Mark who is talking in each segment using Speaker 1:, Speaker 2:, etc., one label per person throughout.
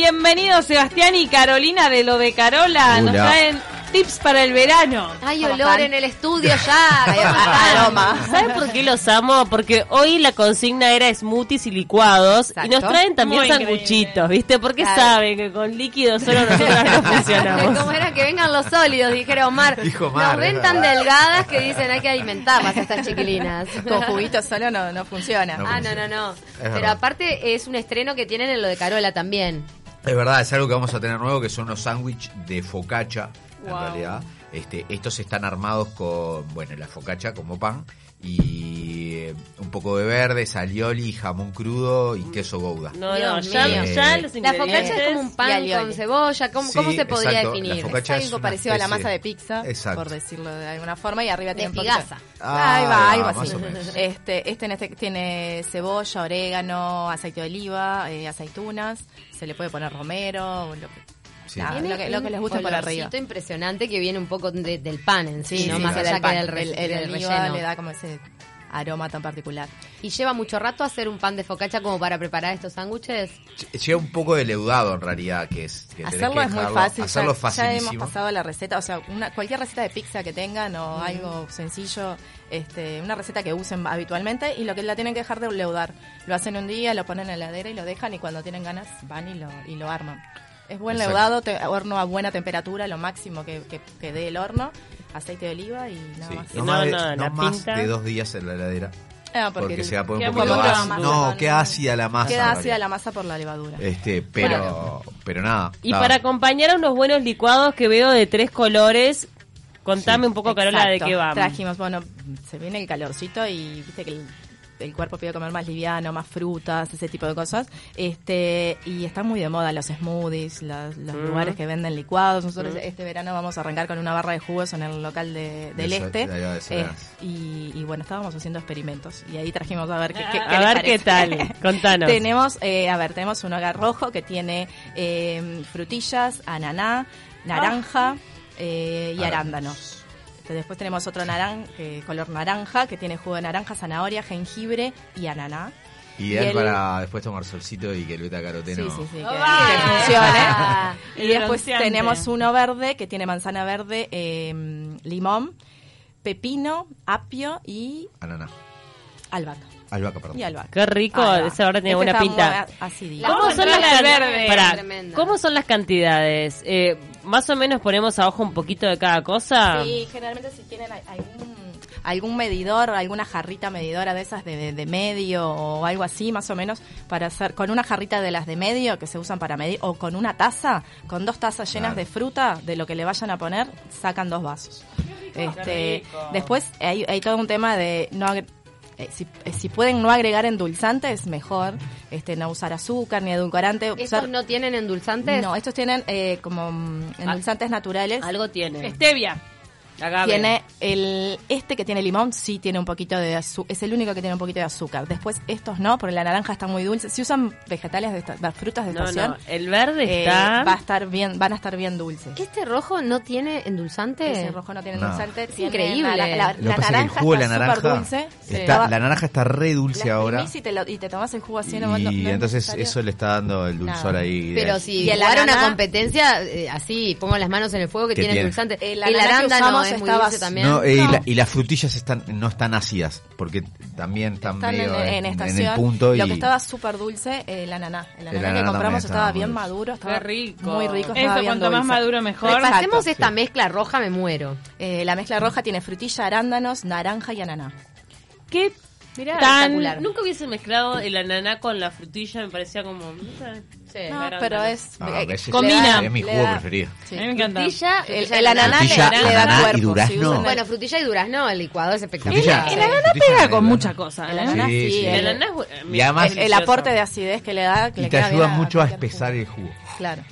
Speaker 1: Bienvenidos Sebastián y Carolina de lo de Carola. Nos
Speaker 2: Hola.
Speaker 1: traen tips para el verano.
Speaker 3: Hay
Speaker 4: ¿Cómo
Speaker 3: olor
Speaker 4: están?
Speaker 3: en el estudio ya. Hay aroma.
Speaker 4: ¿Saben por qué los amo? Porque hoy la consigna era smoothies y licuados y nos
Speaker 3: Exacto.
Speaker 4: traen también
Speaker 1: Muy
Speaker 4: sanguchitos,
Speaker 1: increíble.
Speaker 4: ¿viste? Porque
Speaker 3: Claro.
Speaker 4: saben que con líquidos solo nosotras no funcionamos.
Speaker 3: Como era que vengan los sólidos, dijeron Omar.
Speaker 2: Dijo Omar,
Speaker 3: Nos ven
Speaker 2: es
Speaker 3: tan
Speaker 2: verdad.
Speaker 3: delgadas que dicen hay que alimentarlas a estas chiquilinas.
Speaker 5: Con juguito solo no, no funciona.
Speaker 2: No.
Speaker 3: Ah, no, no, no. Pero
Speaker 2: verdad.
Speaker 3: aparte es un estreno que tienen en lo de Carola también.
Speaker 2: Es verdad, es algo que vamos a tener nuevo, que son unos sándwich de focacha, en
Speaker 1: Wow.
Speaker 2: realidad. Este, estos están armados con, bueno, la focacha como pan y eh, un poco de verde, salioli, jamón crudo
Speaker 5: Mm.
Speaker 2: y queso gouda.
Speaker 4: No, no,
Speaker 3: Dios
Speaker 4: ya,
Speaker 3: mío.
Speaker 4: ya los
Speaker 3: La focacha es como un
Speaker 5: Y
Speaker 3: pan
Speaker 5: alioli.
Speaker 3: con cebolla. ¿Cómo,
Speaker 2: Sí,
Speaker 3: cómo se podría
Speaker 2: exacto, la
Speaker 3: definir?
Speaker 2: focacha
Speaker 5: es
Speaker 2: es
Speaker 5: algo
Speaker 2: una
Speaker 5: parecido a la
Speaker 2: especie-
Speaker 5: masa de pizza,
Speaker 2: Exacto.
Speaker 5: por decirlo de alguna forma, y arriba tiene
Speaker 3: De
Speaker 5: un poquito-
Speaker 3: figaza.
Speaker 2: Ah,
Speaker 5: ahí va, ahí
Speaker 2: va,
Speaker 5: va,
Speaker 2: más
Speaker 5: sí.
Speaker 2: o menos.
Speaker 5: Este, este, en este tiene cebolla, orégano, aceite de oliva, eh, aceitunas, se le puede poner romero, lo que,
Speaker 2: Sí.
Speaker 5: nada,
Speaker 3: Tiene
Speaker 5: lo que, lo que les
Speaker 3: un
Speaker 5: guste por
Speaker 3: olorcito
Speaker 5: arriba.
Speaker 3: impresionante que viene un poco de- del pan en sí,
Speaker 2: Sí,
Speaker 3: ¿no?
Speaker 2: sí,
Speaker 3: Más
Speaker 2: sí,
Speaker 3: allá
Speaker 5: del
Speaker 3: que
Speaker 5: pan.
Speaker 3: del, re-
Speaker 5: el,
Speaker 3: del
Speaker 5: el oliva
Speaker 3: relleno.
Speaker 5: le da como ese aroma tan particular.
Speaker 3: ¿Y lleva mucho rato hacer un pan de focacha como para preparar estos sándwiches?
Speaker 2: Lle- Lleva un poco de leudado en realidad, que es... que tenés
Speaker 5: Hacerlo
Speaker 2: que
Speaker 5: es muy
Speaker 2: dejarlo-
Speaker 5: fácil.
Speaker 2: Hacerlo
Speaker 5: ya- ya, hemos
Speaker 2: facilísimo.
Speaker 5: pasado la receta, o sea, una, cualquier receta de pizza que tengan o algo sencillo, este, una receta que usen habitualmente y lo que la tienen que dejar de leudar. Lo hacen un día, lo ponen en la heladera y lo dejan y cuando tienen ganas van y lo, y lo arman. Es buen
Speaker 2: Exacto.
Speaker 5: leudado, te- horno a buena temperatura, lo máximo que, que, que dé el horno, aceite de oliva y nada
Speaker 2: Sí.
Speaker 5: más.
Speaker 2: No,
Speaker 4: No,
Speaker 2: más, de,
Speaker 4: no,
Speaker 2: no
Speaker 4: la
Speaker 2: más
Speaker 4: pinta-
Speaker 2: de dos días en la heladera.
Speaker 5: Ah,
Speaker 2: Porque, se va a poner un
Speaker 1: queda
Speaker 2: poquito
Speaker 1: mucho
Speaker 2: ácida.
Speaker 1: más
Speaker 2: No,
Speaker 5: con-
Speaker 2: queda ácida la masa. en
Speaker 5: Queda ácida
Speaker 2: realidad.
Speaker 5: la masa por la levadura.
Speaker 2: Este, pero, pero nada.
Speaker 4: Y
Speaker 2: nada.
Speaker 4: para acompañar a unos buenos licuados que veo de tres colores, contame
Speaker 2: Sí.
Speaker 4: un poco, Carola, de
Speaker 5: Exacto.
Speaker 4: qué vamos.
Speaker 5: Trajimos, bueno, se viene el calorcito y viste que el, el cuerpo pide comer más liviano, más frutas, ese tipo de cosas. Este, y están muy de moda los smoothies, los, los
Speaker 4: Mm.
Speaker 5: lugares que venden licuados. Nosotros este verano vamos a arrancar con una barra de jugos en el local de- del
Speaker 2: De Sa-
Speaker 5: este.
Speaker 2: de allá de Salinas.
Speaker 5: y, y bueno, estábamos haciendo experimentos y ahí trajimos a ver qué, qué- qué
Speaker 4: A
Speaker 5: les
Speaker 4: ver qué
Speaker 5: parece.
Speaker 4: tal, contanos.
Speaker 5: Tenemos, eh, a ver, tenemos un hogar rojo que tiene eh, frutillas, ananá,
Speaker 4: Ah.
Speaker 5: naranja eh, y arándanos. Entonces, después tenemos otro naran eh, color naranja que tiene jugo de naranja, zanahoria, jengibre y ananá.
Speaker 2: Y
Speaker 5: Y
Speaker 2: es
Speaker 5: el-
Speaker 2: para después tomar solcito y que el beta caroteno.
Speaker 5: Sí, sí, sí. Que,
Speaker 1: ¡Ah!
Speaker 5: que funcione.
Speaker 3: Ah,
Speaker 5: Y después
Speaker 1: bronceante.
Speaker 5: tenemos uno verde que tiene manzana verde, eh, limón, pepino, apio y
Speaker 2: Ananá.
Speaker 5: albahaca.
Speaker 2: Albahaca, perdón.
Speaker 5: Y albahaca.
Speaker 4: Qué rico,
Speaker 5: Ahí va.
Speaker 4: esa ahora tiene
Speaker 5: Este
Speaker 4: buena
Speaker 5: está
Speaker 4: pinta.
Speaker 5: muy a- acidito.
Speaker 3: La-
Speaker 4: ¿Cómo
Speaker 3: Vamos
Speaker 4: son,
Speaker 3: a
Speaker 4: las
Speaker 3: entrar
Speaker 4: can-
Speaker 3: al verde.
Speaker 4: Pará,
Speaker 3: Tremenda.
Speaker 4: ¿Cómo son las cantidades? Eh, más o menos ponemos a ojo un poquito de cada cosa.
Speaker 5: Sí, generalmente si tienen a- algún, algún medidor, alguna jarrita medidora de esas de, de- de medio o algo así, más o menos, para hacer con una jarrita de las de medio que se usan para medir, o con una taza, con dos tazas llenas
Speaker 2: Claro.
Speaker 5: de fruta, de lo que le vayan a poner, sacan dos vasos. Este, después hay, hay todo un tema de no agre- eh, si, eh, si pueden no agregar endulzantes, mejor. Este, no usar azúcar ni edulcorante.
Speaker 3: ¿Estos
Speaker 5: Usar,
Speaker 3: no tienen endulzantes?
Speaker 5: No, estos tienen eh, como mm, endulzantes naturales.
Speaker 4: Algo tiene.
Speaker 1: Stevia.
Speaker 4: Agave.
Speaker 5: Tiene el este que tiene limón, sí tiene un poquito de azúcar, es el único que tiene un poquito de azúcar. Después estos no, porque la naranja está muy dulce. Si usan vegetales de esta- las frutas de
Speaker 4: No,
Speaker 5: estación,
Speaker 4: no, el verde
Speaker 5: eh,
Speaker 4: está.
Speaker 5: va a estar bien, van a estar bien dulces.
Speaker 3: ¿Este rojo no tiene endulzante?
Speaker 5: Ese rojo no tiene
Speaker 2: No.
Speaker 5: endulzante,
Speaker 3: Es
Speaker 5: tiene
Speaker 3: increíble.
Speaker 5: nara- La,
Speaker 3: Lo
Speaker 2: Lo
Speaker 5: la
Speaker 2: que pasa es que el
Speaker 5: naranja
Speaker 2: jugo de la
Speaker 5: está
Speaker 2: naranja.
Speaker 5: súper dulce.
Speaker 2: Está, la naranja está re dulce
Speaker 5: Las
Speaker 2: ahora.
Speaker 5: primís Y te, lo- y te tomas el jugo así no, no- no
Speaker 2: Y
Speaker 5: es
Speaker 2: entonces
Speaker 5: necesario.
Speaker 2: eso le está dando el dulzor
Speaker 5: Nada.
Speaker 2: ahí. de-
Speaker 3: Pero si
Speaker 5: Y el
Speaker 3: jugar una
Speaker 5: ananá-
Speaker 3: competencia, eh, así, pongo las manos en el fuego que
Speaker 2: ¿Qué
Speaker 3: tiene
Speaker 2: tiene?
Speaker 3: endulzante.
Speaker 5: El
Speaker 3: El,
Speaker 5: ananá que
Speaker 3: arándano
Speaker 5: usamos
Speaker 3: es muy
Speaker 5: estaba-
Speaker 3: dulce también.
Speaker 2: No, eh, y,
Speaker 5: No.
Speaker 2: la- y las frutillas están no están ácidas, porque también están,
Speaker 5: Están en,
Speaker 2: medio
Speaker 5: en estación.
Speaker 2: el punto.
Speaker 5: Lo
Speaker 2: y-
Speaker 5: que estaba súper dulce, eh, el ananá. El ananá,
Speaker 2: ananá
Speaker 5: que compramos
Speaker 2: también estaba
Speaker 5: estaba bien
Speaker 2: muy dulce.
Speaker 5: maduro, estaba
Speaker 1: Qué rico.
Speaker 5: muy rico.
Speaker 1: Eso,
Speaker 5: Estaba bien
Speaker 1: cuanto más
Speaker 5: dulce.
Speaker 1: maduro, mejor.
Speaker 5: Exacto.
Speaker 3: Hacemos esta mezcla roja, me muero.
Speaker 5: Eh, la mezcla roja tiene frutilla, arándanos, naranja y ananá.
Speaker 4: ¿Qué
Speaker 3: Mirá, espectacular.
Speaker 4: tan... Nunca hubiese mezclado el ananá con la frutilla, me parecía como... "Mm, eh, no sé.
Speaker 5: No,
Speaker 4: Claro,
Speaker 5: pero
Speaker 4: claro.
Speaker 5: es.
Speaker 2: Ah,
Speaker 5: eh,
Speaker 2: ese es-
Speaker 1: Combina.
Speaker 2: Es mi
Speaker 5: le
Speaker 2: jugo
Speaker 5: da-
Speaker 2: preferido.
Speaker 5: sí.
Speaker 1: A mí me encanta.
Speaker 3: Frutilla,
Speaker 5: El,
Speaker 3: frutilla
Speaker 5: el
Speaker 3: de
Speaker 5: ananá le,
Speaker 2: Frutilla,
Speaker 5: le da
Speaker 2: ananá y
Speaker 5: cuerpo. si
Speaker 2: durazno.
Speaker 5: usan el-
Speaker 3: Bueno, frutilla y durazno, el licuado es espectacular.
Speaker 2: Frutilla-
Speaker 1: El
Speaker 3: Sí.
Speaker 1: ananá
Speaker 2: frutilla
Speaker 1: pega
Speaker 2: de
Speaker 1: con
Speaker 2: verdad.
Speaker 1: mucha cosa.
Speaker 5: el
Speaker 1: ¿eh?
Speaker 5: ananá
Speaker 2: Sí,
Speaker 5: sí,
Speaker 2: sí.
Speaker 5: el,
Speaker 4: El ananá... es-
Speaker 2: Y además-
Speaker 5: el- el aporte de acidez que le da. que
Speaker 2: Y
Speaker 5: le
Speaker 2: te
Speaker 5: queda
Speaker 2: ayuda
Speaker 5: bien
Speaker 2: mucho a
Speaker 5: cualquier
Speaker 2: espesar el jugo.
Speaker 5: jugo. Claro.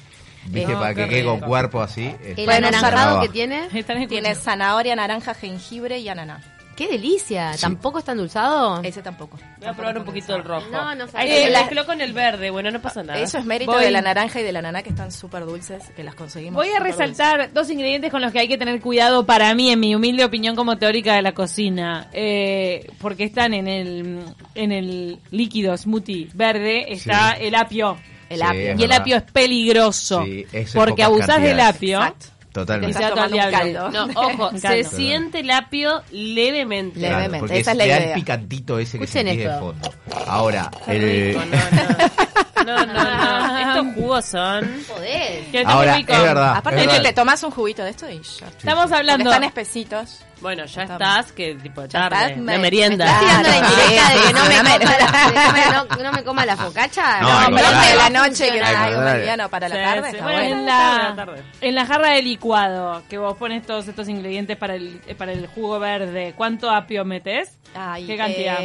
Speaker 2: ¿Viste?
Speaker 1: No,
Speaker 2: Para que
Speaker 1: qué
Speaker 2: quede con
Speaker 1: rico.
Speaker 2: cuerpo así.
Speaker 3: El
Speaker 2: este,
Speaker 3: anaranjado
Speaker 2: abajo.
Speaker 3: que tiene.
Speaker 1: Están escuchando.
Speaker 5: Tiene zanahoria, naranja, jengibre y ananá.
Speaker 3: ¡Qué delicia! ¿Tampoco está endulzado?
Speaker 5: Ese tampoco.
Speaker 4: Voy a probar un poquito el rojo.
Speaker 3: No, no
Speaker 4: Ay,
Speaker 5: eh,
Speaker 3: sabía.
Speaker 4: se mezcló con el verde, bueno, no pasa nada.
Speaker 5: Eso es mérito
Speaker 1: Voy-
Speaker 5: de la naranja y de la ananá que están súper dulces, que las conseguimos.
Speaker 1: Voy a
Speaker 5: súper
Speaker 1: resaltar dos ingredientes con los que hay que tener cuidado para mí, en mi humilde opinión como teórica de la cocina. Eh, porque están en el, en el líquido smoothie verde, está
Speaker 2: Sí.
Speaker 1: el apio.
Speaker 5: El
Speaker 2: Sí,
Speaker 5: apio.
Speaker 2: es
Speaker 1: Y el
Speaker 2: verdad.
Speaker 1: apio es peligroso.
Speaker 2: Sí, es en
Speaker 1: porque
Speaker 2: pocas
Speaker 1: abusás del
Speaker 2: cantidades.
Speaker 1: apio.
Speaker 5: Exacto.
Speaker 2: Totalmente.
Speaker 1: Te va todo el
Speaker 5: Estás tomando un
Speaker 1: diablo.
Speaker 5: caldo.
Speaker 4: No, ojo,
Speaker 1: Un
Speaker 4: se
Speaker 1: caldo.
Speaker 4: siente el apio levemente.
Speaker 5: Le- levemente,
Speaker 2: porque
Speaker 5: esa es
Speaker 2: le
Speaker 5: la
Speaker 2: da
Speaker 5: idea.
Speaker 2: el picantito ese que
Speaker 3: Escuchen
Speaker 2: sentís de
Speaker 3: esto.
Speaker 2: fondo. Ahora, el,
Speaker 4: Rico, no, no. No, no, no. Estos jugos son...
Speaker 3: Podés.
Speaker 4: que está muy
Speaker 2: ahora es
Speaker 4: rico.
Speaker 2: verdad. Ah, es
Speaker 5: Aparte, de que
Speaker 2: verdad.
Speaker 5: te tomas un juguito de esto y ya.
Speaker 1: Estamos
Speaker 5: Porque
Speaker 1: hablando.
Speaker 5: están espesitos.
Speaker 4: Bueno, ya
Speaker 5: Estamos.
Speaker 4: estás, que tipo
Speaker 5: Ya
Speaker 4: tarde,
Speaker 5: estás,
Speaker 4: la
Speaker 5: me-
Speaker 4: merienda.
Speaker 5: me estás
Speaker 3: tirando la indirecta de que no me, coma
Speaker 5: Claro.
Speaker 3: la, de que no- no me coma la focacha.
Speaker 2: No, al
Speaker 5: No, pero
Speaker 2: contrario.
Speaker 5: de la noche que no
Speaker 2: Al
Speaker 5: hay un
Speaker 2: contrario.
Speaker 5: mediano para la
Speaker 4: Sí,
Speaker 5: tarde.
Speaker 4: sí,
Speaker 5: está
Speaker 4: bueno,
Speaker 5: bueno.
Speaker 1: en,
Speaker 4: tarde,
Speaker 1: la,
Speaker 4: a la tarde.
Speaker 1: en la jarra de licuado, que vos pones todos estos ingredientes para el, eh, para el jugo verde, ¿cuánto apio metes?
Speaker 5: Ay,
Speaker 1: ¿Qué cantidad?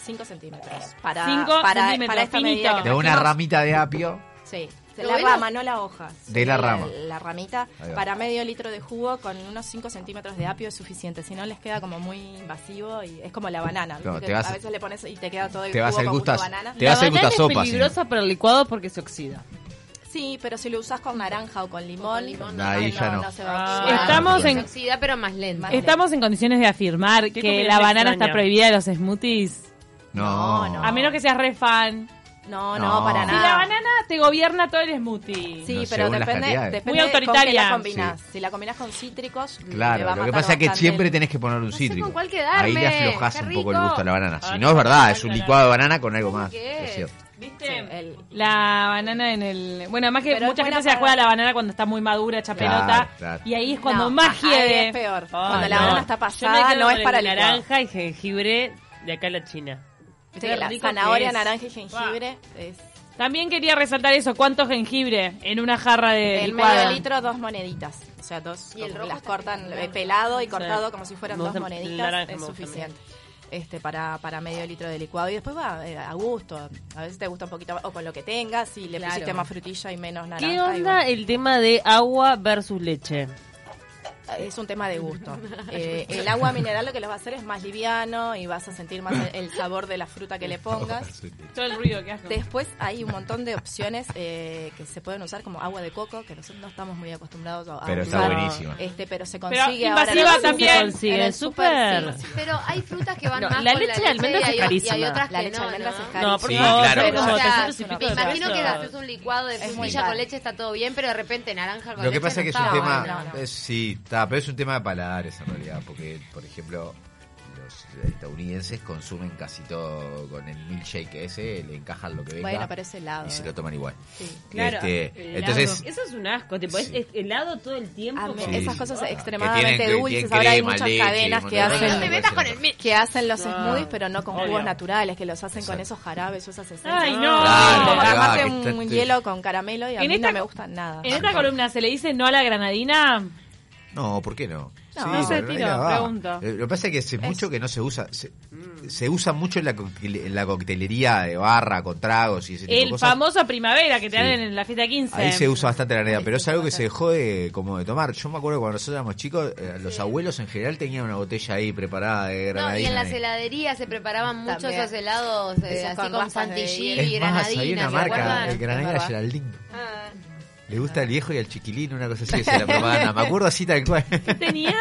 Speaker 5: 5 centímetros. Para,
Speaker 1: Cinco
Speaker 5: para,
Speaker 1: centímetros,
Speaker 5: para esta
Speaker 1: finito.
Speaker 5: medida que
Speaker 2: de una
Speaker 5: trajimos.
Speaker 2: ramita de apio.
Speaker 5: Sí.
Speaker 3: ¿Lo
Speaker 5: la
Speaker 3: ven?
Speaker 5: rama, no la hoja.
Speaker 2: De
Speaker 5: Sí,
Speaker 2: la rama.
Speaker 5: La ramita
Speaker 2: Ahí va.
Speaker 5: para medio litro de jugo con unos 5 centímetros de apio es suficiente. Si no, les queda como muy invasivo y es como la banana. ¿viste?
Speaker 2: Claro,
Speaker 5: Que
Speaker 2: te vas-
Speaker 5: a veces le pones y te queda todo el
Speaker 2: Te
Speaker 5: jugo
Speaker 2: vas a
Speaker 5: con gusto
Speaker 2: gustas.
Speaker 5: banana.
Speaker 2: Te vas a
Speaker 4: la banana
Speaker 2: gustas
Speaker 4: es
Speaker 2: sopa. si no.
Speaker 4: peligrosa para el licuado porque se oxida.
Speaker 5: Sí, pero si lo usas con naranja o con limón,
Speaker 3: limón,
Speaker 5: no,
Speaker 2: Ahí ya no.
Speaker 5: se va
Speaker 4: Ah.
Speaker 5: a oxidar.
Speaker 1: Estamos
Speaker 3: Se
Speaker 1: en-
Speaker 3: oxida, pero más lenta.
Speaker 1: Estamos en condiciones de afirmar
Speaker 4: Qué
Speaker 1: que la
Speaker 4: combinación
Speaker 1: banana
Speaker 4: extraña.
Speaker 1: está prohibida de los smoothies.
Speaker 2: No,
Speaker 5: No,
Speaker 1: A menos que seas re fan.
Speaker 5: No,
Speaker 2: No.
Speaker 5: no,
Speaker 1: Si
Speaker 5: para nada.
Speaker 1: la banana te gobierna todo el smoothie.
Speaker 5: Sí,
Speaker 2: No,
Speaker 5: pero
Speaker 2: según las
Speaker 5: depende,
Speaker 2: cantidades.
Speaker 5: depende
Speaker 1: Muy
Speaker 5: con qué
Speaker 1: autoritaria.
Speaker 5: la combinás. Si la combinas con cítricos, le va a
Speaker 2: Claro, lo que
Speaker 5: matar
Speaker 2: pasa es que
Speaker 5: bastante.
Speaker 2: siempre tenés que poner un
Speaker 3: sé
Speaker 2: cítrico.
Speaker 3: con cuál
Speaker 2: Ahí
Speaker 3: quedarme.
Speaker 2: le aflojás
Speaker 3: Qué
Speaker 2: un poco el
Speaker 3: rico.
Speaker 2: gusto a la banana.
Speaker 4: Ah,
Speaker 2: Si no, es verdad, es un licuado de banana con algo
Speaker 3: ¿Cómo
Speaker 2: más.
Speaker 3: que
Speaker 2: Es
Speaker 3: es?
Speaker 2: cierto.
Speaker 1: ¿Viste?
Speaker 5: Sí, el-
Speaker 1: La banana en el. Bueno, además que
Speaker 5: Pero es
Speaker 1: mucha gente
Speaker 5: buena
Speaker 1: se la juega a
Speaker 5: para-
Speaker 1: la banana cuando está muy madura, hecha
Speaker 2: Claro,
Speaker 1: pelota.
Speaker 2: claro.
Speaker 1: Y ahí es cuando
Speaker 5: No,
Speaker 1: más
Speaker 5: ahí
Speaker 1: hiede.
Speaker 5: es peor.
Speaker 4: Ay,
Speaker 5: Cuando la
Speaker 2: no.
Speaker 5: banana está
Speaker 4: Yo
Speaker 5: pasada,
Speaker 4: me quedo
Speaker 5: no
Speaker 4: con
Speaker 5: es
Speaker 4: el
Speaker 5: para licuar.
Speaker 4: naranja y jengibre de acá a la China.
Speaker 5: Sí,
Speaker 4: Qué
Speaker 5: la
Speaker 4: rico que
Speaker 5: zanahoria,
Speaker 4: es.
Speaker 5: naranja y jengibre. Es
Speaker 1: También quería resaltar eso: ¿cuánto jengibre en una jarra de.
Speaker 5: el
Speaker 1: licuado?
Speaker 5: medio litro, dos moneditas. O sea, dos.
Speaker 3: Y el
Speaker 5: como
Speaker 3: rojo
Speaker 5: las
Speaker 3: está
Speaker 5: cortan
Speaker 3: bien.
Speaker 5: eh, pelado y
Speaker 4: Sí.
Speaker 5: cortado como si fueran
Speaker 4: Me
Speaker 5: dos
Speaker 4: gusta- el
Speaker 5: moneditas.
Speaker 4: naranja
Speaker 5: Es
Speaker 4: me gusta
Speaker 5: suficiente. Este, para, para medio litro de licuado y después va eh, a gusto. A veces te gusta un poquito o con lo que tengas y le
Speaker 3: Claro.
Speaker 5: pusiste más frutilla y menos naranja.
Speaker 4: ¿Qué
Speaker 5: y
Speaker 4: onda
Speaker 5: bueno.
Speaker 4: el tema de agua versus leche?
Speaker 5: Es un tema de gusto. Eh, el agua mineral lo que los va a hacer es más liviano y vas a sentir más el- el sabor de la fruta que le pongas.
Speaker 1: Todo el ruido que hace.
Speaker 5: Después hay un montón de opciones eh, que se pueden usar como agua de coco, que nosotros no estamos muy acostumbrados a, a
Speaker 2: Pero está
Speaker 5: usar.
Speaker 2: buenísima.
Speaker 5: Este, pero se
Speaker 1: Pero
Speaker 5: consigue
Speaker 1: invasiva
Speaker 5: ahora.
Speaker 1: también.
Speaker 4: Se consigue
Speaker 5: En el
Speaker 4: súper.
Speaker 5: súper, sí.
Speaker 3: Pero hay frutas que van
Speaker 4: No,
Speaker 3: más
Speaker 4: la
Speaker 3: con
Speaker 4: leche de
Speaker 3: la
Speaker 4: almendras
Speaker 3: leche y
Speaker 4: es
Speaker 3: hay- y hay,
Speaker 4: carísima.
Speaker 3: otras
Speaker 5: La
Speaker 3: Ah, que
Speaker 5: leche de
Speaker 3: no,
Speaker 5: almendras
Speaker 3: ¿no?
Speaker 5: es
Speaker 4: No, por
Speaker 2: Sí,
Speaker 4: favor,
Speaker 2: claro.
Speaker 4: es como
Speaker 3: O sea,
Speaker 4: trescientos y pico
Speaker 3: Me
Speaker 4: de
Speaker 3: imagino que
Speaker 4: pesos.
Speaker 3: haces un licuado de
Speaker 5: Es muy
Speaker 3: frutilla
Speaker 5: caro.
Speaker 3: con leche está todo bien, pero de repente naranja con
Speaker 2: Lo que
Speaker 3: leche
Speaker 2: pasa es
Speaker 3: no
Speaker 2: que es
Speaker 3: está
Speaker 2: un tema.
Speaker 3: bueno.
Speaker 5: no, no.
Speaker 2: es- sí, está, pero es un tema de paladares en realidad. Porque, por ejemplo, los estadounidenses consumen casi todo con el milkshake ese, le encajan lo que venga.
Speaker 5: Bueno, pero es helado.
Speaker 2: Y se
Speaker 5: eh.
Speaker 2: lo toman igual.
Speaker 5: Sí.
Speaker 4: Claro,
Speaker 2: Este,
Speaker 4: helado.
Speaker 2: entonces,
Speaker 4: Eso es un asco, tipo, es-
Speaker 2: Sí.
Speaker 4: es helado todo el tiempo.
Speaker 5: A mí
Speaker 4: como-
Speaker 2: Sí,
Speaker 5: esas
Speaker 2: sí.
Speaker 5: cosas
Speaker 2: Ah, que
Speaker 5: extremadamente
Speaker 2: tienen- que
Speaker 5: dulces.
Speaker 2: tienen
Speaker 5: Ahora hay
Speaker 2: crema,
Speaker 5: muchas
Speaker 2: leche,
Speaker 5: cadenas
Speaker 2: un montón
Speaker 5: que
Speaker 2: de
Speaker 5: hacen.
Speaker 2: cosas.
Speaker 3: No te metas con el milk.
Speaker 5: que hacen los
Speaker 4: No.
Speaker 5: smoothies, pero no con
Speaker 4: Obvio.
Speaker 5: jugos naturales, que los hacen con
Speaker 2: Exacto.
Speaker 5: esos jarabes o esas esencias.
Speaker 1: Ay,
Speaker 4: no.
Speaker 1: no.
Speaker 2: Claro,
Speaker 5: como
Speaker 2: ahí va,
Speaker 5: tomarse
Speaker 2: que
Speaker 5: un
Speaker 2: está-
Speaker 5: hielo con caramelo y a
Speaker 1: En
Speaker 5: mí
Speaker 1: esta-
Speaker 5: no me gusta nada.
Speaker 1: En esta columna se le dice no a la granadina.
Speaker 2: No, ¿por qué no?
Speaker 5: No, no
Speaker 1: sé,
Speaker 2: la
Speaker 1: tiro,
Speaker 2: realidad va.
Speaker 1: pregunto.
Speaker 2: Eh, Lo que pasa es que hace mucho que no se usa. Se,
Speaker 5: Mm.
Speaker 2: se usa mucho en la, coctel- en la coctelería de barra, con tragos y ese tipo de
Speaker 1: El
Speaker 2: cosas.
Speaker 1: famoso primavera que te
Speaker 2: Sí.
Speaker 1: dan en la fiesta 15.
Speaker 2: Ahí se usa bastante la nevera, pero es algo que se dejó de, como de tomar. Yo me acuerdo cuando nosotros éramos chicos, eh, los abuelos en general tenían una botella ahí preparada de
Speaker 3: No, y en
Speaker 2: granadina.
Speaker 3: las heladerías se preparaban mucho
Speaker 5: También.
Speaker 3: esos helados eh,
Speaker 5: Esos
Speaker 3: así
Speaker 5: con
Speaker 3: con,
Speaker 5: raspas de
Speaker 3: chantilly
Speaker 5: hielo.
Speaker 3: y
Speaker 2: eh. es más, hay
Speaker 3: granadina,
Speaker 2: una
Speaker 3: ¿se
Speaker 2: marca,
Speaker 3: acuerdan?
Speaker 2: el
Speaker 5: Es
Speaker 2: granadina
Speaker 5: verdad.
Speaker 2: Geraldine.
Speaker 3: Ah.
Speaker 2: Le gusta al viejo y al chiquilín, una cosa así, esa es la propaganda. Me acuerdo así tal cual.
Speaker 1: Tenía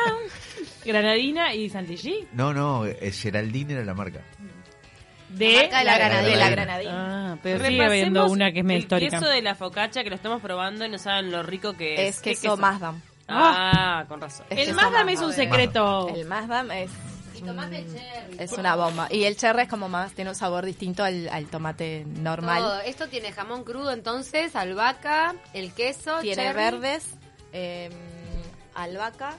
Speaker 1: granadina y Santilly.
Speaker 2: No, no, eh, Geraldine era la marca.
Speaker 1: De
Speaker 3: La marca de la
Speaker 5: de
Speaker 2: granadina.
Speaker 5: la granadina.
Speaker 1: Ah, pero sigue
Speaker 4: Repasemos
Speaker 1: habiendo una que es medio
Speaker 4: el
Speaker 1: histórica.
Speaker 4: queso de la focacha que lo estamos probando y no saben lo rico que es.
Speaker 5: Es
Speaker 4: ¿Qué
Speaker 5: queso Mazdam.
Speaker 4: Ah, con razón.
Speaker 5: Es
Speaker 1: El
Speaker 5: queso
Speaker 1: Mazdam
Speaker 5: Mazdam,
Speaker 1: es un
Speaker 5: de-
Speaker 4: Oh.
Speaker 1: secreto.
Speaker 5: El Mazdam es,
Speaker 3: Y tomás de cherry.
Speaker 5: es una bomba. Y el cherry es como más, tiene un sabor distinto al, al tomate normal.
Speaker 3: Todo. Esto tiene jamón crudo entonces, albahaca, el queso,
Speaker 5: Tiene
Speaker 3: cherry.
Speaker 5: verdes, eh, albahaca.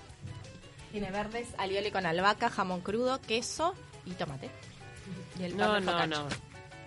Speaker 5: Tiene verdes, alioli con albahaca, jamón crudo, queso y tomate. Y el
Speaker 4: No,
Speaker 5: pan de
Speaker 4: no,
Speaker 5: focaccia.
Speaker 4: no.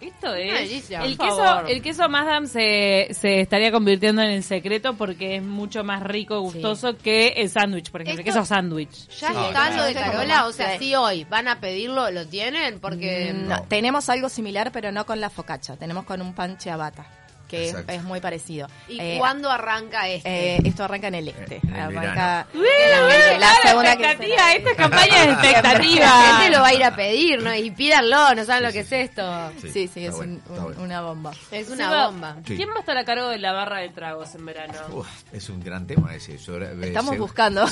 Speaker 4: Esto
Speaker 3: Una
Speaker 4: es.
Speaker 3: delicia.
Speaker 1: El
Speaker 4: por
Speaker 1: queso,
Speaker 4: favor.
Speaker 1: el queso Mazdam se, se estaría convirtiendo en el secreto porque es mucho más rico y gustoso que el sándwich, por ejemplo. El
Speaker 3: Esto-
Speaker 1: queso sándwich.
Speaker 2: Sí,
Speaker 3: ¿Ya está
Speaker 2: claro.
Speaker 3: lo de
Speaker 5: Esto es como
Speaker 3: Carola?
Speaker 5: más
Speaker 3: O sea,
Speaker 5: de-
Speaker 3: sí hoy van a pedirlo, ¿lo tienen? Porque...
Speaker 5: No, Em, tenemos algo similar, pero no con la focacha. Tenemos con un pan ciabatta, que es,
Speaker 2: Exacto.
Speaker 5: es muy parecido.
Speaker 3: ¿Y
Speaker 5: Eh,
Speaker 3: cuándo arranca este?
Speaker 5: eh, esto arranca en el este.
Speaker 2: Eh, en el
Speaker 5: arranca
Speaker 1: Claro,
Speaker 5: la segunda
Speaker 1: expectativa,
Speaker 5: quincena.
Speaker 1: esta es campaña de
Speaker 3: La gente lo
Speaker 1: expectativa.
Speaker 3: va a ir a pedir, ¿no? Y pídanlo, no saben lo que es esto.
Speaker 5: Sí, sí,
Speaker 2: está
Speaker 5: es
Speaker 2: bueno,
Speaker 5: un-
Speaker 2: está
Speaker 5: un-
Speaker 2: bueno. Eh,
Speaker 5: una bomba.
Speaker 3: Es
Speaker 4: Seba,
Speaker 3: una bomba.
Speaker 2: Sí.
Speaker 4: ¿Quién va a estar a cargo de la barra de tragos en verano?
Speaker 2: Uf, es un gran tema ese. sobre- eh,
Speaker 5: Estamos
Speaker 2: se-
Speaker 5: buscando.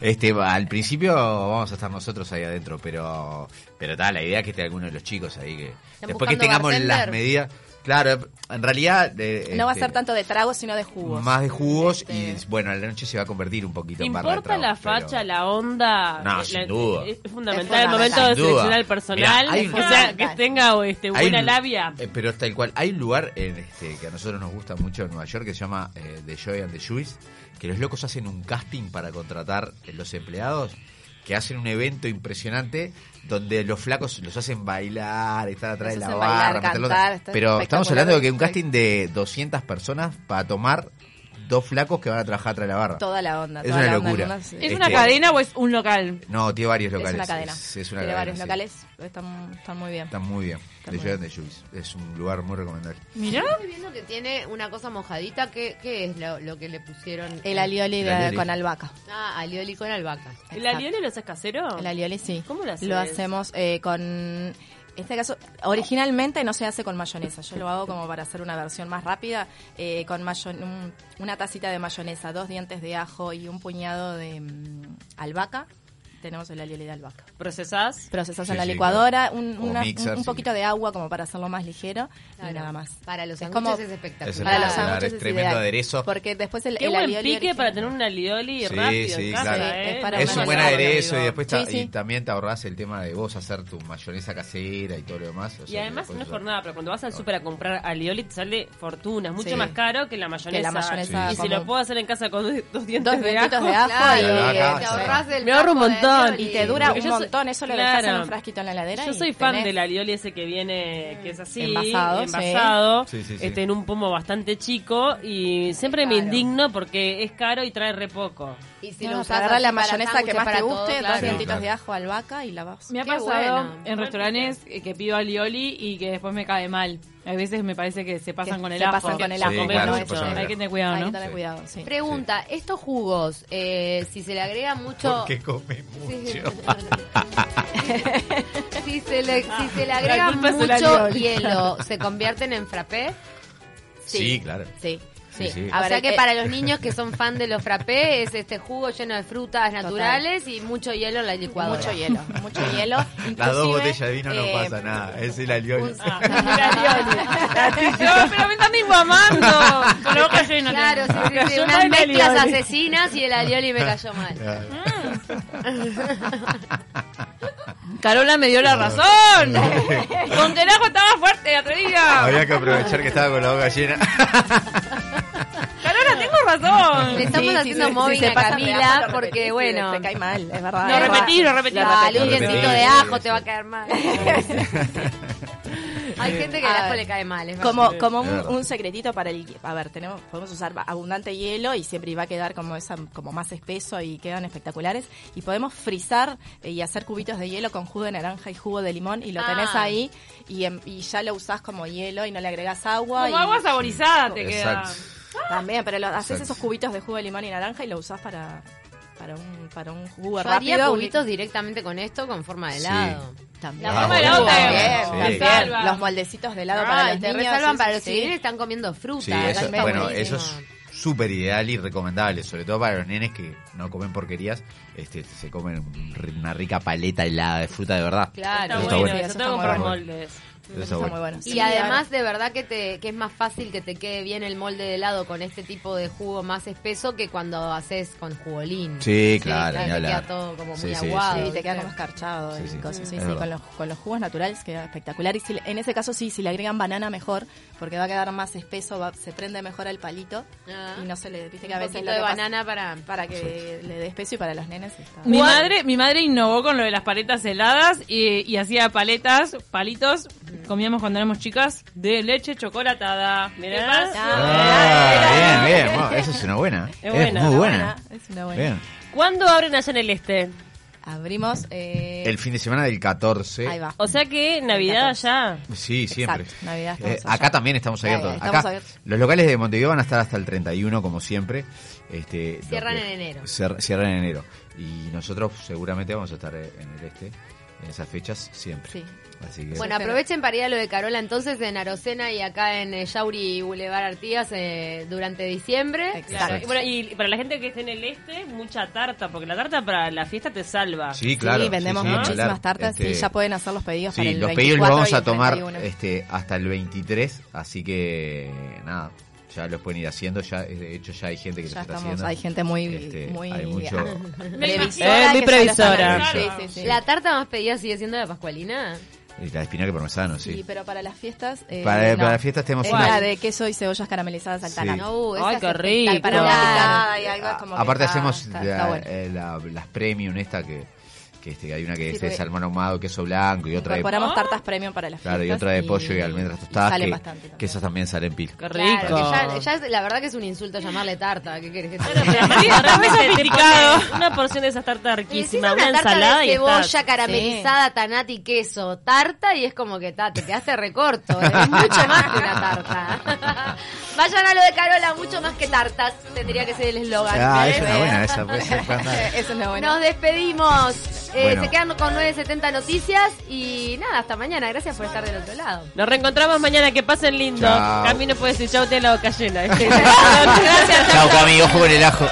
Speaker 2: Este, al principio vamos a estar nosotros ahí adentro, pero pero tal, la idea es que esté alguno de los chicos ahí que después que
Speaker 3: buscando
Speaker 2: tengamos las
Speaker 3: bartender?
Speaker 2: medidas Claro, en realidad... eh,
Speaker 5: No va a
Speaker 2: este,
Speaker 5: ser tanto de tragos, sino de jugos.
Speaker 2: Más de jugos
Speaker 5: Este-
Speaker 2: y bueno, a la noche se va a convertir un poquito en barra de
Speaker 4: ¿Importa la
Speaker 2: tragos, pero-
Speaker 4: facha, la onda?
Speaker 2: No,
Speaker 4: Eh,
Speaker 2: sin
Speaker 4: la-
Speaker 2: duda.
Speaker 4: Es
Speaker 5: Es
Speaker 4: fundamental el momento
Speaker 5: fundamental.
Speaker 4: de
Speaker 2: Sin duda.
Speaker 4: seleccionar el personal.
Speaker 2: Mirá, hay
Speaker 4: que,
Speaker 5: un-
Speaker 4: sea, que tenga este,
Speaker 2: Hay un
Speaker 4: buena
Speaker 2: lu-
Speaker 4: labia.
Speaker 2: eh, pero tal cual. Hay un lugar en este, que a nosotros nos gusta mucho en Nueva York que se llama eh, The Joy and the Juice, que los locos hacen un casting para contratar eh, los empleados, que hacen un evento impresionante donde los flacos los hacen bailar, estar atrás de
Speaker 3: Los
Speaker 2: la
Speaker 3: hacen
Speaker 2: barra.
Speaker 3: bailar,
Speaker 2: meterlos-
Speaker 3: cantar, está
Speaker 2: pero estamos
Speaker 3: espectacular.
Speaker 2: hablando de que un casting de 200 personas para tomar dos flacos que van a trabajar atrás de la barra.
Speaker 5: Toda la onda.
Speaker 2: Es
Speaker 5: toda
Speaker 2: una
Speaker 5: la onda,
Speaker 2: locura.
Speaker 5: algunas-
Speaker 1: ¿Es
Speaker 2: Este-
Speaker 1: una cadena o es un local?
Speaker 2: No, tiene varios
Speaker 5: Es
Speaker 2: locales.
Speaker 5: una cadena.
Speaker 2: Es, es una
Speaker 5: Tiene
Speaker 2: cadena,
Speaker 5: varios
Speaker 2: sí.
Speaker 5: locales. Están, están muy bien.
Speaker 2: Está muy bien.
Speaker 5: Está
Speaker 2: The
Speaker 5: muy
Speaker 2: Joy and the Juice. Es un lugar muy recomendable.
Speaker 1: Mirá.
Speaker 3: Estoy viendo que tiene una cosa mojadita. ¿Qué, qué es lo, lo que le pusieron?
Speaker 5: El alioli,
Speaker 2: El
Speaker 5: de-
Speaker 2: alioli.
Speaker 5: con albahaca.
Speaker 3: Ah, alioli con albahaca.
Speaker 4: ¿El
Speaker 5: Exacto.
Speaker 4: alioli lo haces casero?
Speaker 5: El alioli sí.
Speaker 4: Ah. ¿Cómo lo haces?
Speaker 5: hacemos eh, con... En este caso, originalmente no se hace con mayonesa. Yo lo hago como para hacer una versión más rápida, eh, con mayon- un- una tacita de mayonesa, dos dientes de ajo y un puñado de mm, albahaca. Tenemos el alioli de albahaca.
Speaker 4: ¿Procesás?
Speaker 5: Procesas
Speaker 2: Sí,
Speaker 5: en la
Speaker 2: sí,
Speaker 5: licuadora,
Speaker 2: claro.
Speaker 5: un,
Speaker 2: O
Speaker 5: una-
Speaker 2: mixer,
Speaker 5: un-
Speaker 2: sí.
Speaker 5: un poquito de agua como para hacerlo más ligero y
Speaker 3: Claro.
Speaker 5: nada más.
Speaker 3: Para los
Speaker 5: Es
Speaker 3: sándwiches
Speaker 5: como-
Speaker 3: es
Speaker 2: Es
Speaker 3: espectacular.
Speaker 5: Para los
Speaker 2: espectacular,
Speaker 5: sándwiches
Speaker 2: es
Speaker 5: es
Speaker 2: tremendo
Speaker 5: ideal,
Speaker 2: aderezo.
Speaker 5: Porque después el,
Speaker 4: Qué
Speaker 5: el
Speaker 4: buen pique
Speaker 5: alioli original-
Speaker 4: para tener un alioli
Speaker 2: Sí,
Speaker 4: rápido
Speaker 2: sí,
Speaker 4: en casa,
Speaker 2: claro.
Speaker 4: ¿eh?
Speaker 5: Es para
Speaker 2: es un
Speaker 5: una
Speaker 2: buen
Speaker 5: ensalada,
Speaker 2: aderezo y
Speaker 5: amigo.
Speaker 2: después ta-
Speaker 5: Sí, sí.
Speaker 2: y también te ahorrás el tema de vos hacer tu mayonesa casera y todo lo demás. o sea
Speaker 4: Y
Speaker 2: que
Speaker 4: además
Speaker 2: después
Speaker 4: no es
Speaker 2: eso-
Speaker 4: por nada, pero cuando vas al súper a comprar alioli te sale fortuna, es mucho
Speaker 5: Sí.
Speaker 4: más caro que la mayonesa.
Speaker 5: Que la mayonesa
Speaker 4: Y si
Speaker 5: común.
Speaker 4: lo puedo hacer en casa con dos dientes
Speaker 5: Dos
Speaker 4: de
Speaker 5: dientitos
Speaker 4: ajo,
Speaker 5: de ajo
Speaker 3: Claro,
Speaker 5: y- eh,
Speaker 2: Claro, acá,
Speaker 3: te
Speaker 2: sí.
Speaker 3: ahorras el
Speaker 4: Me ahorro un
Speaker 3: taco de
Speaker 4: montón.
Speaker 3: alioli.
Speaker 5: Y te dura
Speaker 4: Porque
Speaker 5: un
Speaker 4: yo soy-
Speaker 5: montón, eso lo dejas en
Speaker 4: claro.
Speaker 5: un frasquito en la heladera.
Speaker 4: Yo
Speaker 5: y
Speaker 4: soy fan
Speaker 5: tenés-
Speaker 4: del alioli ese que viene, que es así,
Speaker 5: Envasado, sí.
Speaker 4: envasado,
Speaker 2: Sí, sí, sí.
Speaker 4: este, en un pomo bastante chico y siempre me
Speaker 3: Claro.
Speaker 4: indigno porque es caro y trae re poco.
Speaker 3: Y si
Speaker 5: No,
Speaker 3: lo
Speaker 5: no, te
Speaker 3: usas
Speaker 5: agarra la
Speaker 3: así para
Speaker 5: mayonesa que
Speaker 3: sándwiches,
Speaker 5: más te
Speaker 3: para
Speaker 5: guste,
Speaker 3: todo,
Speaker 5: dos
Speaker 3: claro.
Speaker 2: Sí,
Speaker 5: dientitos
Speaker 2: claro.
Speaker 5: de ajo, albahaca y la vas.
Speaker 1: Me ha
Speaker 3: Qué
Speaker 1: pasado
Speaker 3: bueno.
Speaker 1: en restaurantes eh, que pido alioli y que después me cae mal. A veces me parece que se pasan
Speaker 5: Que
Speaker 1: con el
Speaker 5: se
Speaker 1: ajo.
Speaker 5: pasan con el
Speaker 2: Sí,
Speaker 5: ajo,
Speaker 2: claro,
Speaker 5: pero no
Speaker 2: se
Speaker 5: es-
Speaker 2: pasan con el
Speaker 1: Hay
Speaker 2: ajo.
Speaker 1: que tener cuidado,
Speaker 5: Hay que
Speaker 1: ¿no?
Speaker 5: tener
Speaker 2: Sí.
Speaker 5: cuidado, sí.
Speaker 3: Pregunta, estos jugos, eh, si se le agrega mucho...
Speaker 2: Porque come mucho.
Speaker 3: Sí. si, se le, si se le
Speaker 1: La
Speaker 3: agrega
Speaker 1: culpa es el
Speaker 3: mucho
Speaker 1: alioli.
Speaker 3: hielo, ¿se convierten en frappé?
Speaker 2: Sí, claro.
Speaker 5: Sí.
Speaker 2: Sí,
Speaker 3: Sí.
Speaker 2: sí.
Speaker 3: O
Speaker 5: A
Speaker 3: sea
Speaker 5: ver,
Speaker 3: que
Speaker 5: eh,
Speaker 3: para los niños que son fan de los frappés es este jugo lleno de frutas naturales y mucho hielo en la licuadora.
Speaker 5: Mucho hielo, mucho hielo.
Speaker 2: Las
Speaker 5: Inclusive,
Speaker 2: dos botellas de vino
Speaker 5: eh,
Speaker 2: no pasa nada. Es el alioli.
Speaker 5: un-
Speaker 1: No, pero me están infamando. Con la boca llena.
Speaker 3: Claro, sí, sí, sí,
Speaker 1: Cayó mal
Speaker 3: unas
Speaker 1: el
Speaker 3: mezclas
Speaker 1: alioli.
Speaker 3: asesinas y el alioli me cayó mal.
Speaker 2: Claro.
Speaker 1: Carola me dio la razón. Con que el ajo estaba fuerte, atrevida.
Speaker 2: Había que aprovechar que estaba con la boca llena.
Speaker 1: Carola, tengo razón.
Speaker 3: Le estamos
Speaker 5: sí,
Speaker 3: haciendo
Speaker 5: sí,
Speaker 3: mobbing
Speaker 5: sí, se
Speaker 3: a
Speaker 5: pasan de ajo,
Speaker 3: Camila
Speaker 5: lo repetís,
Speaker 3: porque,
Speaker 5: sí,
Speaker 3: bueno,
Speaker 5: Te cae mal, es verdad.
Speaker 1: Lo
Speaker 5: es verdad.
Speaker 1: repetí, lo repetí.
Speaker 3: dale, un
Speaker 2: Lo repetí,
Speaker 3: dientito de
Speaker 2: sí,
Speaker 3: ajo
Speaker 2: sí.
Speaker 3: te va a caer mal. Hay gente que el
Speaker 5: A
Speaker 3: ajo
Speaker 5: ver.
Speaker 3: le cae mal. es
Speaker 5: Como,
Speaker 3: verdad.
Speaker 5: como
Speaker 2: Es
Speaker 5: un,
Speaker 2: verdad.
Speaker 5: un secretito para el... A ver, tenemos podemos usar ba- abundante hielo y siempre va a quedar como esa como más espeso y quedan espectaculares. Y podemos frizar eh, y hacer cubitos de hielo con jugo de naranja y jugo de limón y lo
Speaker 3: Ah.
Speaker 5: tenés ahí y, em- y ya lo usás como hielo y no le agregás agua.
Speaker 1: Como
Speaker 5: y-
Speaker 1: agua saborizada te queda.
Speaker 2: Exacto.
Speaker 5: También, pero lo, haces
Speaker 2: Exacto.
Speaker 5: esos cubitos de jugo de limón y naranja y lo usás para, para, un, para un jugo
Speaker 3: Yo
Speaker 5: rápido.
Speaker 3: haría
Speaker 5: un-
Speaker 3: cubitos directamente con esto con forma de
Speaker 2: Sí.
Speaker 3: helado.
Speaker 5: También.
Speaker 2: Ah,
Speaker 1: La forma de helado
Speaker 5: También,
Speaker 1: te- te
Speaker 5: también.
Speaker 1: salva.
Speaker 5: Los moldecitos de helado
Speaker 3: Ah,
Speaker 5: para los
Speaker 3: te
Speaker 5: niños.
Speaker 3: resalvan
Speaker 5: sí,
Speaker 3: para
Speaker 5: sí,
Speaker 3: los
Speaker 5: sí.
Speaker 3: civiles están comiendo fruta.
Speaker 2: Sí, eso,
Speaker 3: está
Speaker 2: bueno, eso
Speaker 3: buenísimo.
Speaker 2: es súper ideal y recomendable, sobre todo para los nenes que no comen porquerías, este, se comen un- una rica paleta helada de fruta de verdad.
Speaker 3: Claro.
Speaker 4: Está,
Speaker 2: Está bueno.
Speaker 4: bueno, yo tengo
Speaker 5: Eso
Speaker 4: que
Speaker 5: está
Speaker 4: comprar
Speaker 2: bueno.
Speaker 4: moldes.
Speaker 2: Eso
Speaker 5: Está
Speaker 2: bueno.
Speaker 5: muy bueno.
Speaker 3: Y además de verdad que te que es más fácil que te quede bien el molde de helado con este tipo de jugo más espeso que cuando haces con jugolín.
Speaker 2: Sí, claro, ni
Speaker 3: te
Speaker 2: hablar.
Speaker 3: queda todo como
Speaker 2: Sí,
Speaker 3: muy
Speaker 2: sí,
Speaker 3: aguado.
Speaker 5: Sí, te
Speaker 3: ¿viste?
Speaker 5: queda como escarchado
Speaker 2: Sí,
Speaker 5: y
Speaker 2: sí,
Speaker 5: cosas. Sí,
Speaker 2: es
Speaker 5: sí,
Speaker 2: verdad.
Speaker 5: con, los, con los jugos naturales queda espectacular. Y si, en ese caso sí, si le agregan banana mejor, porque va a quedar más espeso, va- se prende mejor al palito
Speaker 3: Ah.
Speaker 5: y no se le... Viste que a
Speaker 3: Un
Speaker 5: veces
Speaker 3: poquito
Speaker 5: lo
Speaker 3: de
Speaker 5: que pasa-
Speaker 3: banana para, para
Speaker 5: para que le dé espeso y para los nenes está...
Speaker 1: Mi madre, mi madre innovó con lo de las paletas heladas y, y hacía paletas, palitos, comíamos cuando éramos chicas, de leche chocolatada.
Speaker 4: Mirá.
Speaker 1: ¿Qué más?
Speaker 2: Ah, bien, bien. Bueno, esa es una buena. Es,
Speaker 4: buena,
Speaker 2: muy
Speaker 4: es
Speaker 2: buena.
Speaker 5: Es una buena.
Speaker 2: Bien.
Speaker 4: ¿Cuándo abren allá en el este?
Speaker 5: Abrimos... eh,
Speaker 2: El fin de semana del 14.
Speaker 5: Ahí va.
Speaker 4: O sea que Navidad allá.
Speaker 2: Sí, siempre.
Speaker 5: Exacto, Navidad estamos
Speaker 2: Eh,
Speaker 5: allá.
Speaker 2: acá también estamos
Speaker 5: Ahí,
Speaker 2: abiertos.
Speaker 5: estamos
Speaker 2: acá,
Speaker 5: abiertos.
Speaker 2: Los locales de Montevideo van a estar hasta el 31, como siempre. Este,
Speaker 3: Cierran
Speaker 2: lo que-
Speaker 3: en enero.
Speaker 2: cier- cierran en enero. Y nosotros seguramente vamos a estar eh, en el este. en esas fechas siempre.
Speaker 5: Sí.
Speaker 2: Así que
Speaker 3: Bueno, aprovechen para ir a lo de Carola entonces en Arocena y acá en eh, Yauri y Boulevard Artigas eh, durante diciembre.
Speaker 4: Claro.
Speaker 5: Exacto.
Speaker 4: Y bueno, y para la gente que esté en el este, mucha tarta, porque la tarta para la fiesta te salva.
Speaker 2: sí, claro.
Speaker 5: Sí, vendemos
Speaker 2: sí, sí,
Speaker 5: muchísimas
Speaker 2: hablar,
Speaker 5: tartas y
Speaker 2: este,
Speaker 5: ya pueden hacer los pedidos para
Speaker 2: Sí,
Speaker 5: el
Speaker 2: los pedidos los
Speaker 5: 24
Speaker 2: vamos
Speaker 5: y
Speaker 2: a
Speaker 5: el
Speaker 2: tomar
Speaker 5: 31.
Speaker 2: este, hasta el 23, así que nada, ya los pueden ir haciendo, ya de hecho ya hay gente que
Speaker 5: Ya
Speaker 2: los está
Speaker 5: estamos,
Speaker 2: haciendo.
Speaker 5: hay gente muy,
Speaker 2: Este,
Speaker 5: muy
Speaker 2: hay mucho-
Speaker 5: ah,
Speaker 2: este,
Speaker 1: Me imagino.
Speaker 4: Eh, muy
Speaker 5: que ya lo están
Speaker 4: previsora.
Speaker 5: haciendo. Sí, sí, sí.
Speaker 3: La tarta más pedida sigue siendo la pascualina.
Speaker 2: y la de espinaca parmesano, sí.
Speaker 5: Sí, pero para las fiestas. eh,
Speaker 2: para,
Speaker 5: no.
Speaker 2: para las fiestas tenemos
Speaker 5: Es
Speaker 2: una...
Speaker 5: la de queso y cebollas caramelizadas al
Speaker 2: Sí.
Speaker 5: tarán.
Speaker 2: No,
Speaker 3: Uh, esa
Speaker 4: Ay,
Speaker 3: es
Speaker 4: qué rico.
Speaker 5: Y para
Speaker 3: espectacular.
Speaker 2: Claro.
Speaker 5: una picada y algo es como que
Speaker 2: Eh, Aparte
Speaker 5: está-
Speaker 2: hacemos
Speaker 5: está-
Speaker 2: la-
Speaker 5: está bueno.
Speaker 2: eh, la- las premium esta que, que este, hay una que
Speaker 5: Sí,
Speaker 2: es de
Speaker 5: porque-
Speaker 2: salmón ahumado, queso blanco y otra de,
Speaker 5: Incorporamos
Speaker 1: Ah.
Speaker 5: tartas premium para las fiestas.
Speaker 2: claro, y otra de pollo y almendras tostadas
Speaker 5: salen
Speaker 2: que,
Speaker 5: bastante también.
Speaker 2: que esas también salen pil.
Speaker 4: Qué rico.
Speaker 3: Claro, que ya, ya es- la verdad que es un insulto llamarle tarta. ¿Qué querés que te diga?
Speaker 4: Pero sí, realmente te
Speaker 1: sofisticado.
Speaker 4: ponen Una porción de esas tartas
Speaker 3: Y decís eh, una,
Speaker 4: riquísima, una,
Speaker 3: tarta
Speaker 4: ensalada
Speaker 3: de
Speaker 4: y
Speaker 3: cebolla
Speaker 4: estás.
Speaker 3: caramelizada, tanati, queso, tarta y es como que ta, te quedaste recorto. eh, Es mucho más que una tarta. Vayan a lo de Carola, mucho más que tartas. Tendría que ser el eslogan.
Speaker 2: Ah,
Speaker 3: ¿eh?
Speaker 2: es una buena esa, puede ser
Speaker 5: Eh,
Speaker 2: cuando-
Speaker 5: Eso es lo bueno.
Speaker 3: Nos despedimos. Eh,
Speaker 2: Bueno.
Speaker 3: Se quedan con 970 Noticias y nada, hasta mañana. Gracias por estar del otro lado.
Speaker 4: Nos reencontramos mañana, que pasen lindo.
Speaker 2: Chao.
Speaker 4: Camino puede decir chau, tiene la boca llena.
Speaker 3: Gracias.
Speaker 2: Chau, amigo, ojo con el ajo.